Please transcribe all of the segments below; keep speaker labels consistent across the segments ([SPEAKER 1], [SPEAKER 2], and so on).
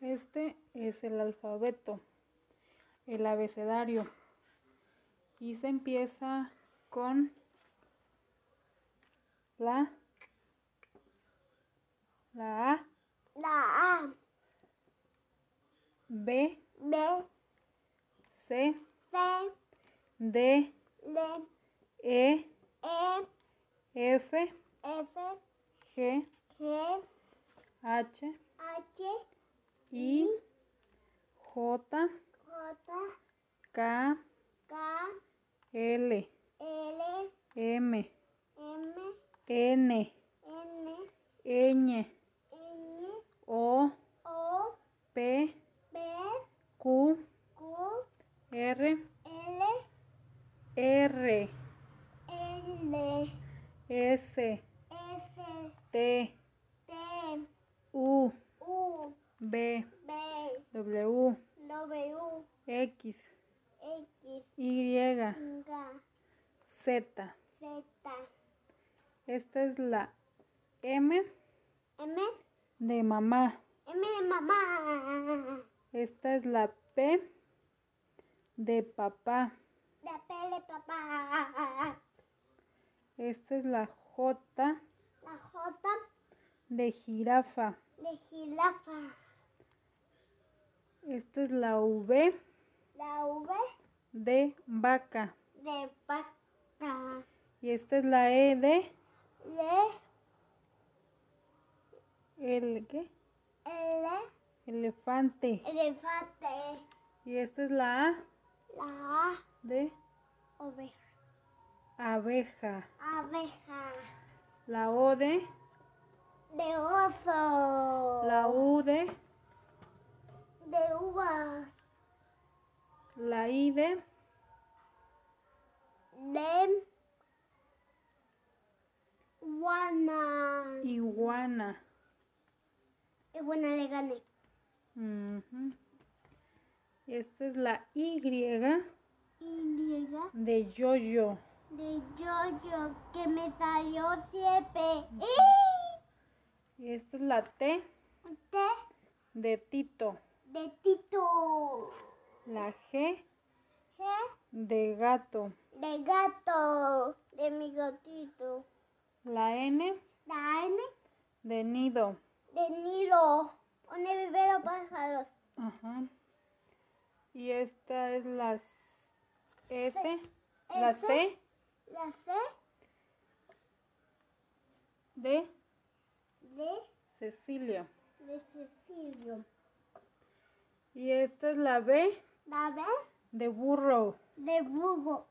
[SPEAKER 1] Este es el alfabeto, el abecedario. Y se empieza con la, la A,
[SPEAKER 2] La A,
[SPEAKER 1] B,
[SPEAKER 2] B,
[SPEAKER 1] C,
[SPEAKER 2] C,
[SPEAKER 1] D,
[SPEAKER 2] D,
[SPEAKER 1] E,
[SPEAKER 2] E,
[SPEAKER 1] F,
[SPEAKER 2] F,
[SPEAKER 1] G,
[SPEAKER 2] G,
[SPEAKER 1] H,
[SPEAKER 2] H,
[SPEAKER 1] I, J,
[SPEAKER 2] J,
[SPEAKER 1] K,
[SPEAKER 2] K,
[SPEAKER 1] L,
[SPEAKER 2] L,
[SPEAKER 1] M,
[SPEAKER 2] M,
[SPEAKER 1] N,
[SPEAKER 2] N,
[SPEAKER 1] Ñ,
[SPEAKER 2] N,
[SPEAKER 1] O,
[SPEAKER 2] O,
[SPEAKER 1] P,
[SPEAKER 2] P,
[SPEAKER 1] Q,
[SPEAKER 2] Q,
[SPEAKER 1] R,
[SPEAKER 2] L,
[SPEAKER 1] R,
[SPEAKER 2] L,
[SPEAKER 1] S,
[SPEAKER 2] S,
[SPEAKER 1] T,
[SPEAKER 2] T,
[SPEAKER 1] U,
[SPEAKER 2] U,
[SPEAKER 1] B,
[SPEAKER 2] B,
[SPEAKER 1] W,
[SPEAKER 2] W,
[SPEAKER 1] X,
[SPEAKER 2] X,
[SPEAKER 1] Y,
[SPEAKER 2] Y,
[SPEAKER 1] Z.
[SPEAKER 2] Z,
[SPEAKER 1] Esta es la M
[SPEAKER 2] M,
[SPEAKER 1] de mamá.
[SPEAKER 2] M de mamá,
[SPEAKER 1] Esta es la P de papá.
[SPEAKER 2] la P de papá,
[SPEAKER 1] Esta es la J
[SPEAKER 2] la J
[SPEAKER 1] de jirafa.
[SPEAKER 2] de jirafa,
[SPEAKER 1] Esta es la V
[SPEAKER 2] la V
[SPEAKER 1] de vaca.
[SPEAKER 2] de vaca,
[SPEAKER 1] Y esta es la E de
[SPEAKER 2] L,
[SPEAKER 1] el, ¿qué?
[SPEAKER 2] L,
[SPEAKER 1] elefante.
[SPEAKER 2] elefante,
[SPEAKER 1] Y esta es la A
[SPEAKER 2] la A,
[SPEAKER 1] de
[SPEAKER 2] oveja,
[SPEAKER 1] abeja.
[SPEAKER 2] abeja,
[SPEAKER 1] La O de
[SPEAKER 2] de oso,
[SPEAKER 1] la U de
[SPEAKER 2] de uva,
[SPEAKER 1] la I de
[SPEAKER 2] de guana,
[SPEAKER 1] iguana.
[SPEAKER 2] y bueno le gané,
[SPEAKER 1] Ujú. Y esta es la Y
[SPEAKER 2] y llega.
[SPEAKER 1] de yoyo.
[SPEAKER 2] de yo-yo que me salió siempre.
[SPEAKER 1] Y esta es la T
[SPEAKER 2] ¡Y! T
[SPEAKER 1] de Tito.
[SPEAKER 2] de Tito.
[SPEAKER 1] La G
[SPEAKER 2] G
[SPEAKER 1] de gato.
[SPEAKER 2] de gato. De mi gatito.
[SPEAKER 1] La N
[SPEAKER 2] La N
[SPEAKER 1] de nido.
[SPEAKER 2] de Nilo. Donde viven los pájaros.
[SPEAKER 1] Ajá. Y esta es la S, la
[SPEAKER 2] S.
[SPEAKER 1] C
[SPEAKER 2] La C
[SPEAKER 1] de
[SPEAKER 2] de,
[SPEAKER 1] Cecilia.
[SPEAKER 2] de Cecilio.
[SPEAKER 1] Y esta es la B
[SPEAKER 2] La B
[SPEAKER 1] de burro.
[SPEAKER 2] de Bugo.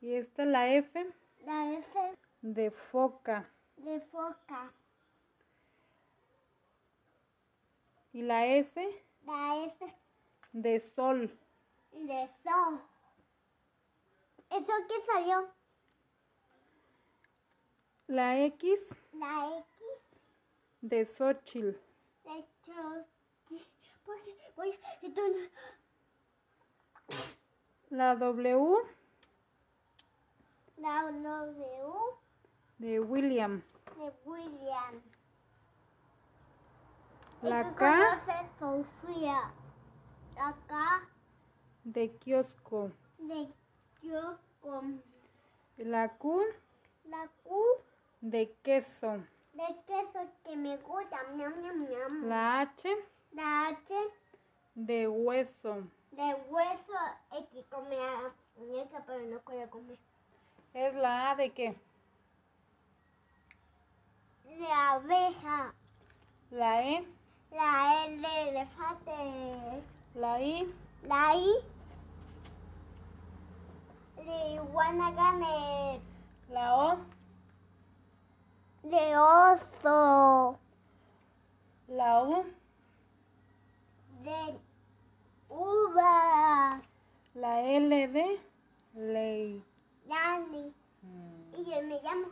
[SPEAKER 1] Y esta es la F
[SPEAKER 2] La F
[SPEAKER 1] de foca.
[SPEAKER 2] de Foca.
[SPEAKER 1] Y la S
[SPEAKER 2] La S
[SPEAKER 1] de sol.
[SPEAKER 2] de Sol. ¿Eso qué salió?
[SPEAKER 1] La X
[SPEAKER 2] La X.
[SPEAKER 1] de Xochitl.
[SPEAKER 2] De hecho, sí, porque voy y tú no-
[SPEAKER 1] La W
[SPEAKER 2] la W
[SPEAKER 1] de William.
[SPEAKER 2] de William.
[SPEAKER 1] La
[SPEAKER 2] ¿Y tú
[SPEAKER 1] K
[SPEAKER 2] conoces Sofía? La K
[SPEAKER 1] de kiosco.
[SPEAKER 2] de yo con
[SPEAKER 1] La Q
[SPEAKER 2] la Q
[SPEAKER 1] de queso.
[SPEAKER 2] de queso que me gusta. Miam, miam, miam.
[SPEAKER 1] La H
[SPEAKER 2] La H
[SPEAKER 1] de hueso.
[SPEAKER 2] de hueso es que come a la muñeca, pero no puede comer.
[SPEAKER 1] ¿Es la A de qué?
[SPEAKER 2] La abeja.
[SPEAKER 1] La E,
[SPEAKER 2] La L de elefante.
[SPEAKER 1] la I,
[SPEAKER 2] La I. De iguana gane.
[SPEAKER 1] la O,
[SPEAKER 2] De oso.
[SPEAKER 1] la U,
[SPEAKER 2] De uva.
[SPEAKER 1] la L de ley.
[SPEAKER 2] Dani. Y yo me llamo.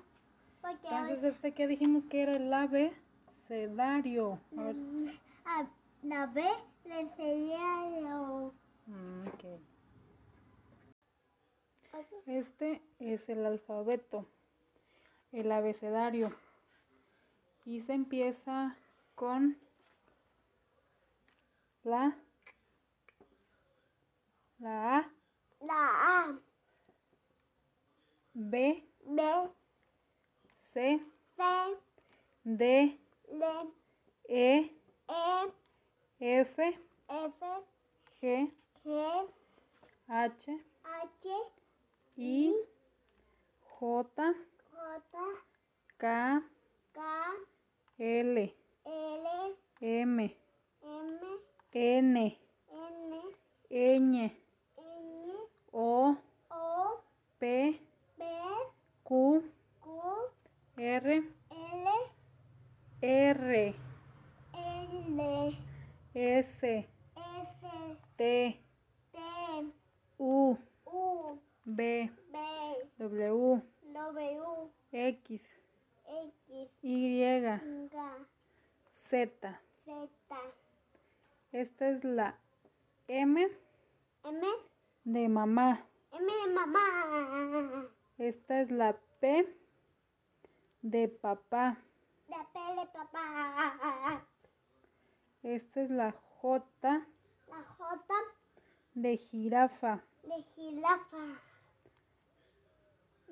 [SPEAKER 2] Porque
[SPEAKER 1] Entonces, este que dijimos que era el abecedario. A ver.
[SPEAKER 2] hoy- a- la B le sería lo.
[SPEAKER 1] Mm, ok. Este es el alfabeto, el abecedario. Y se empieza con La. La A.
[SPEAKER 2] La A,
[SPEAKER 1] B.
[SPEAKER 2] B,
[SPEAKER 1] C.
[SPEAKER 2] C,
[SPEAKER 1] D.
[SPEAKER 2] D,
[SPEAKER 1] E.
[SPEAKER 2] E,
[SPEAKER 1] F.
[SPEAKER 2] F,
[SPEAKER 1] G.
[SPEAKER 2] G,
[SPEAKER 1] H.
[SPEAKER 2] H,
[SPEAKER 1] I. J.
[SPEAKER 2] J,
[SPEAKER 1] K.
[SPEAKER 2] K,
[SPEAKER 1] L.
[SPEAKER 2] L,
[SPEAKER 1] M.
[SPEAKER 2] M,
[SPEAKER 1] N. E,
[SPEAKER 2] N,
[SPEAKER 1] Ñ.
[SPEAKER 2] N,
[SPEAKER 1] O.
[SPEAKER 2] O,
[SPEAKER 1] P.
[SPEAKER 2] P,
[SPEAKER 1] Q.
[SPEAKER 2] Q,
[SPEAKER 1] R.
[SPEAKER 2] L,
[SPEAKER 1] R.
[SPEAKER 2] L,
[SPEAKER 1] S.
[SPEAKER 2] S,
[SPEAKER 1] T.
[SPEAKER 2] T,
[SPEAKER 1] U.
[SPEAKER 2] U,
[SPEAKER 1] B.
[SPEAKER 2] B,
[SPEAKER 1] W.
[SPEAKER 2] W,
[SPEAKER 1] X.
[SPEAKER 2] X,
[SPEAKER 1] Y.
[SPEAKER 2] Y,
[SPEAKER 1] Z.
[SPEAKER 2] Z,
[SPEAKER 1] Esta es la M
[SPEAKER 2] M,
[SPEAKER 1] de mamá.
[SPEAKER 2] M de mamá.
[SPEAKER 1] Esta es la P de papá.
[SPEAKER 2] La P de papá.
[SPEAKER 1] Esta es la J
[SPEAKER 2] La J
[SPEAKER 1] de jirafa.
[SPEAKER 2] de jirafa.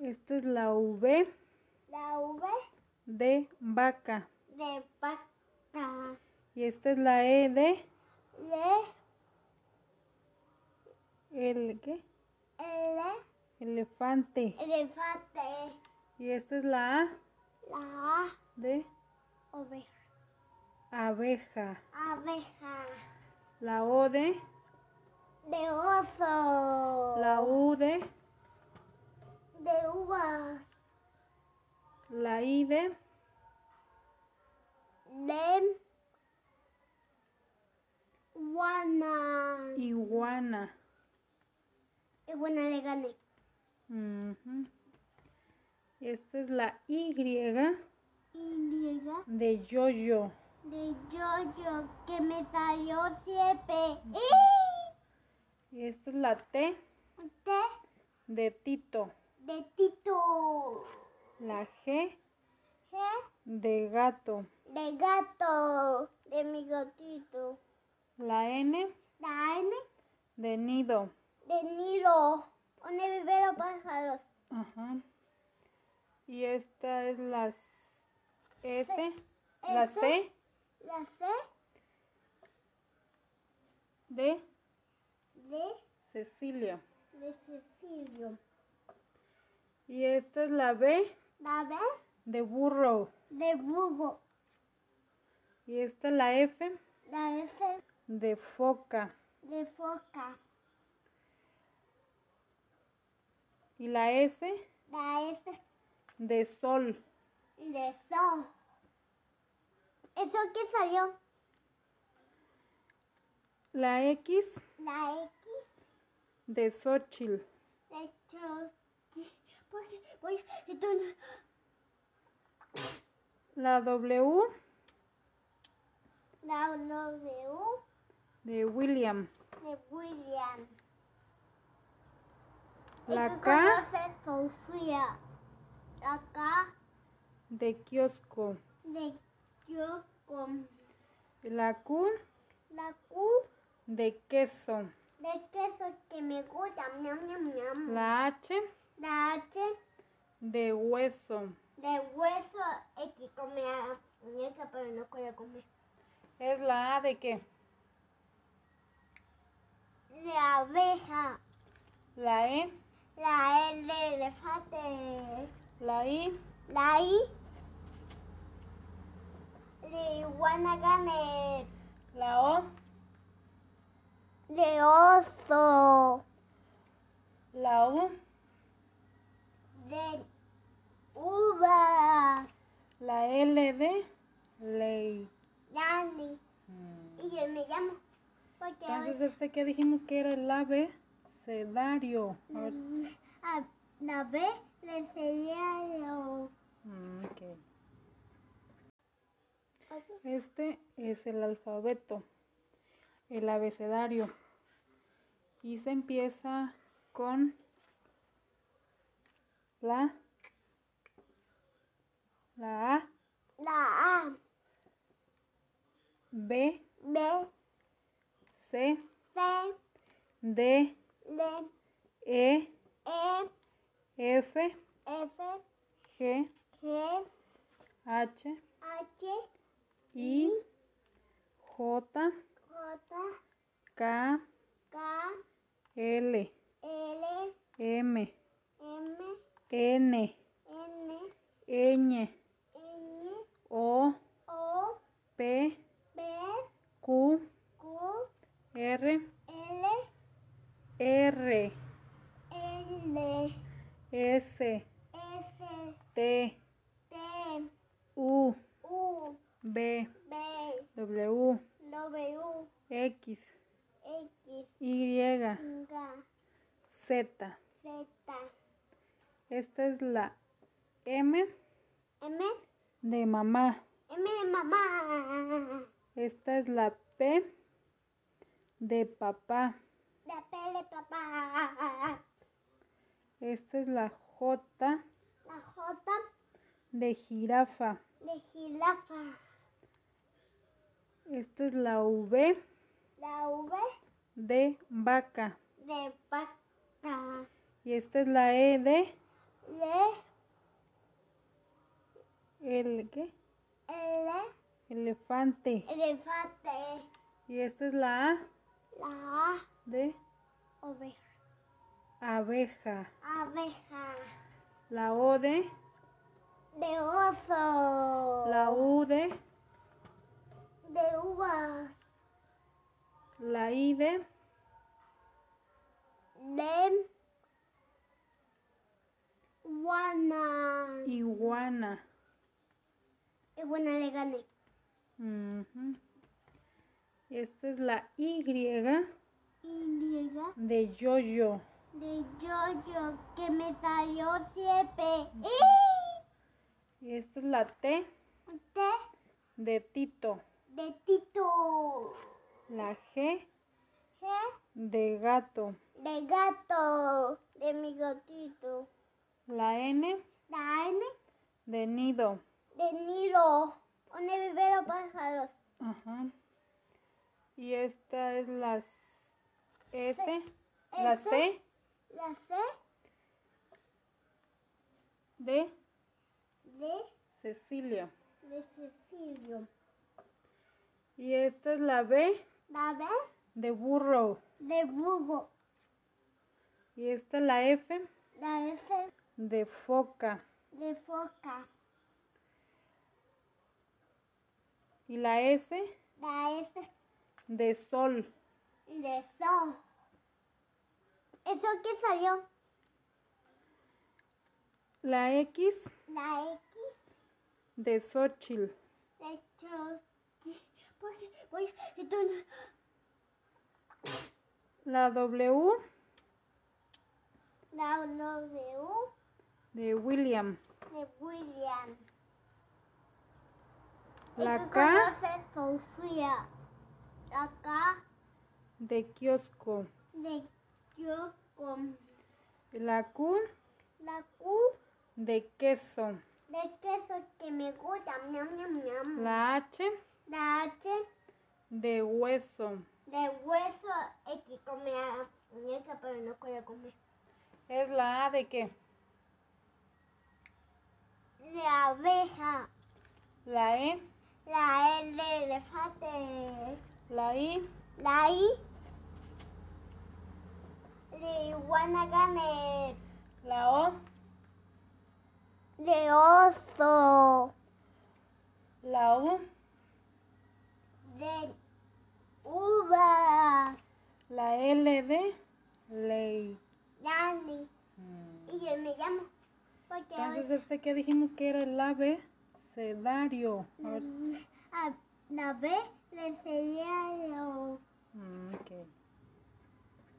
[SPEAKER 1] Esta es la V
[SPEAKER 2] La V
[SPEAKER 1] de vaca.
[SPEAKER 2] de vaca.
[SPEAKER 1] Y esta es la E de
[SPEAKER 2] Le,
[SPEAKER 1] el, ¿qué?
[SPEAKER 2] L,
[SPEAKER 1] elefante.
[SPEAKER 2] elefante.
[SPEAKER 1] Y esta es la A
[SPEAKER 2] La A,
[SPEAKER 1] de
[SPEAKER 2] oveja.
[SPEAKER 1] abeja.
[SPEAKER 2] Abeja.
[SPEAKER 1] La O de
[SPEAKER 2] De oso.
[SPEAKER 1] la U de
[SPEAKER 2] De uva.
[SPEAKER 1] la I de
[SPEAKER 2] De guana.
[SPEAKER 1] iguana.
[SPEAKER 2] Y bueno, eh, le gané.
[SPEAKER 1] Ujú. Y esta es la Y
[SPEAKER 2] Y llega.
[SPEAKER 1] de yoyo.
[SPEAKER 2] de yo-yo que me salió siempre.
[SPEAKER 1] Y esta es la T
[SPEAKER 2] Y usted
[SPEAKER 1] de Tito.
[SPEAKER 2] de Tito.
[SPEAKER 1] La G
[SPEAKER 2] G
[SPEAKER 1] de gato.
[SPEAKER 2] de gato, de mi gatito.
[SPEAKER 1] La N
[SPEAKER 2] La N
[SPEAKER 1] de nido.
[SPEAKER 2] de Nilo, donde viven los pájaros.
[SPEAKER 1] Ajá. Y esta es la S, la
[SPEAKER 2] S.
[SPEAKER 1] C
[SPEAKER 2] La C
[SPEAKER 1] de
[SPEAKER 2] de,
[SPEAKER 1] Cecilia.
[SPEAKER 2] de Cecilio.
[SPEAKER 1] Y esta es la B
[SPEAKER 2] La B
[SPEAKER 1] de burro.
[SPEAKER 2] de Bugo.
[SPEAKER 1] Y esta es la F
[SPEAKER 2] La F
[SPEAKER 1] de foca.
[SPEAKER 2] de Foca.
[SPEAKER 1] Y la S
[SPEAKER 2] La S
[SPEAKER 1] de sol.
[SPEAKER 2] de Sol. ¿Eso qué salió?
[SPEAKER 1] La X
[SPEAKER 2] La X.
[SPEAKER 1] de Xochitl.
[SPEAKER 2] De Pues, hecho, sí, porque voy entonces,
[SPEAKER 1] La W
[SPEAKER 2] la W
[SPEAKER 1] de William.
[SPEAKER 2] de William.
[SPEAKER 1] La
[SPEAKER 2] Es que
[SPEAKER 1] K
[SPEAKER 2] conoce Sofía. La K
[SPEAKER 1] de kiosco.
[SPEAKER 2] de yo con
[SPEAKER 1] La Q
[SPEAKER 2] la Q
[SPEAKER 1] de queso.
[SPEAKER 2] de queso que me gusta. Miam, miam, miam.
[SPEAKER 1] La H
[SPEAKER 2] La H
[SPEAKER 1] de hueso.
[SPEAKER 2] de hueso es que come la muñeca, pero no puede comer.
[SPEAKER 1] ¿Es la A de qué?
[SPEAKER 2] La abeja.
[SPEAKER 1] La E,
[SPEAKER 2] La L de elefante.
[SPEAKER 1] la I,
[SPEAKER 2] La I. De iguana gane.
[SPEAKER 1] la O,
[SPEAKER 2] De oso.
[SPEAKER 1] la U,
[SPEAKER 2] De uva.
[SPEAKER 1] la L de ley.
[SPEAKER 2] Grande. Y yo me llamo. Porque
[SPEAKER 1] Entonces, este que dijimos que era el abecedario. A ver.
[SPEAKER 2] hoy- a- la B le sería lo.
[SPEAKER 1] Mm, ok. Este es el alfabeto, el abecedario. Y se empieza con la, la A,
[SPEAKER 2] La A.
[SPEAKER 1] B,
[SPEAKER 2] B.
[SPEAKER 1] C,
[SPEAKER 2] C,
[SPEAKER 1] D,
[SPEAKER 2] D,
[SPEAKER 1] E,
[SPEAKER 2] E,
[SPEAKER 1] F,
[SPEAKER 2] F,
[SPEAKER 1] G,
[SPEAKER 2] G,
[SPEAKER 1] H,
[SPEAKER 2] H,
[SPEAKER 1] I, J,
[SPEAKER 2] J,
[SPEAKER 1] K,
[SPEAKER 2] K,
[SPEAKER 1] L,
[SPEAKER 2] L,
[SPEAKER 1] M,
[SPEAKER 2] M,
[SPEAKER 1] N,
[SPEAKER 2] N,
[SPEAKER 1] Ñ,
[SPEAKER 2] N,
[SPEAKER 1] O,
[SPEAKER 2] O,
[SPEAKER 1] P,
[SPEAKER 2] P,
[SPEAKER 1] Q,
[SPEAKER 2] Q,
[SPEAKER 1] R,
[SPEAKER 2] L,
[SPEAKER 1] R,
[SPEAKER 2] L,
[SPEAKER 1] S,
[SPEAKER 2] S,
[SPEAKER 1] T,
[SPEAKER 2] T,
[SPEAKER 1] U,
[SPEAKER 2] U,
[SPEAKER 1] B,
[SPEAKER 2] B,
[SPEAKER 1] W,
[SPEAKER 2] W,
[SPEAKER 1] X,
[SPEAKER 2] X,
[SPEAKER 1] Y,
[SPEAKER 2] Y,
[SPEAKER 1] Z.
[SPEAKER 2] Z,
[SPEAKER 1] Esta es la M
[SPEAKER 2] M,
[SPEAKER 1] de mamá.
[SPEAKER 2] M de mamá,
[SPEAKER 1] Esta es la P de papá.
[SPEAKER 2] la P de papá,
[SPEAKER 1] Esta es la J
[SPEAKER 2] la J
[SPEAKER 1] de jirafa.
[SPEAKER 2] de jirafa,
[SPEAKER 1] Esta es la V
[SPEAKER 2] la V
[SPEAKER 1] de vaca.
[SPEAKER 2] de vaca,
[SPEAKER 1] Y esta es la E de
[SPEAKER 2] L,
[SPEAKER 1] el, ¿qué?
[SPEAKER 2] L,
[SPEAKER 1] elefante.
[SPEAKER 2] elefante,
[SPEAKER 1] Y esta es la A
[SPEAKER 2] la A,
[SPEAKER 1] de
[SPEAKER 2] oveja,
[SPEAKER 1] abeja.
[SPEAKER 2] abeja,
[SPEAKER 1] La O de
[SPEAKER 2] de oso,
[SPEAKER 1] la U de
[SPEAKER 2] de uva,
[SPEAKER 1] la I de
[SPEAKER 2] de guana,
[SPEAKER 1] iguana.
[SPEAKER 2] y bueno le gané,
[SPEAKER 1] Ujú. Y esta es la Y
[SPEAKER 2] y llega.
[SPEAKER 1] de yoyo.
[SPEAKER 2] de yo-yo que me salió siempre.
[SPEAKER 1] Y esta es la T
[SPEAKER 2] ¡Y! T
[SPEAKER 1] de Tito.
[SPEAKER 2] de Tito.
[SPEAKER 1] La G
[SPEAKER 2] G
[SPEAKER 1] de gato.
[SPEAKER 2] de gato. De mi gatito.
[SPEAKER 1] La N
[SPEAKER 2] La N
[SPEAKER 1] de nido.
[SPEAKER 2] de Nilo. Donde viven los pájaros.
[SPEAKER 1] Ajá. Y esta es la S, la
[SPEAKER 2] S.
[SPEAKER 1] C
[SPEAKER 2] La C
[SPEAKER 1] de
[SPEAKER 2] de,
[SPEAKER 1] Cecilia.
[SPEAKER 2] de Cecilio.
[SPEAKER 1] Y esta es la B
[SPEAKER 2] La B
[SPEAKER 1] de burro.
[SPEAKER 2] de Bugo.
[SPEAKER 1] Y esta es la F
[SPEAKER 2] La F
[SPEAKER 1] de foca.
[SPEAKER 2] de Foca.
[SPEAKER 1] Y la S
[SPEAKER 2] La S
[SPEAKER 1] de sol.
[SPEAKER 2] de Sol. ¿Eso qué salió?
[SPEAKER 1] La X
[SPEAKER 2] La X.
[SPEAKER 1] de Xochitl.
[SPEAKER 2] De hecho, sí, porque voy y tú no-
[SPEAKER 1] La W
[SPEAKER 2] la W
[SPEAKER 1] de William.
[SPEAKER 2] de William.
[SPEAKER 1] La
[SPEAKER 2] ¿Y tú
[SPEAKER 1] K
[SPEAKER 2] conoces Sofía? La K
[SPEAKER 1] de kiosco.
[SPEAKER 2] de yo con
[SPEAKER 1] La Q
[SPEAKER 2] la Q
[SPEAKER 1] de queso.
[SPEAKER 2] de queso que me gusta. Miam, miam, miam.
[SPEAKER 1] La H
[SPEAKER 2] La H
[SPEAKER 1] de hueso.
[SPEAKER 2] de hueso X come la muñeca, pero no puede comer.
[SPEAKER 1] ¿Es la A de qué?
[SPEAKER 2] La abeja,
[SPEAKER 1] La E,
[SPEAKER 2] la L de elefante.
[SPEAKER 1] la I,
[SPEAKER 2] La I de iguana gane
[SPEAKER 1] la O,
[SPEAKER 2] de oso
[SPEAKER 1] la U,
[SPEAKER 2] de uva
[SPEAKER 1] la L de ley.
[SPEAKER 2] grande
[SPEAKER 1] Mm.
[SPEAKER 2] y yo me llamo porque
[SPEAKER 1] Entonces, este que dijimos que era el abecedario. A
[SPEAKER 2] Mm.
[SPEAKER 1] ver.
[SPEAKER 2] hoy- a- la B de cereal
[SPEAKER 1] Mm, ok.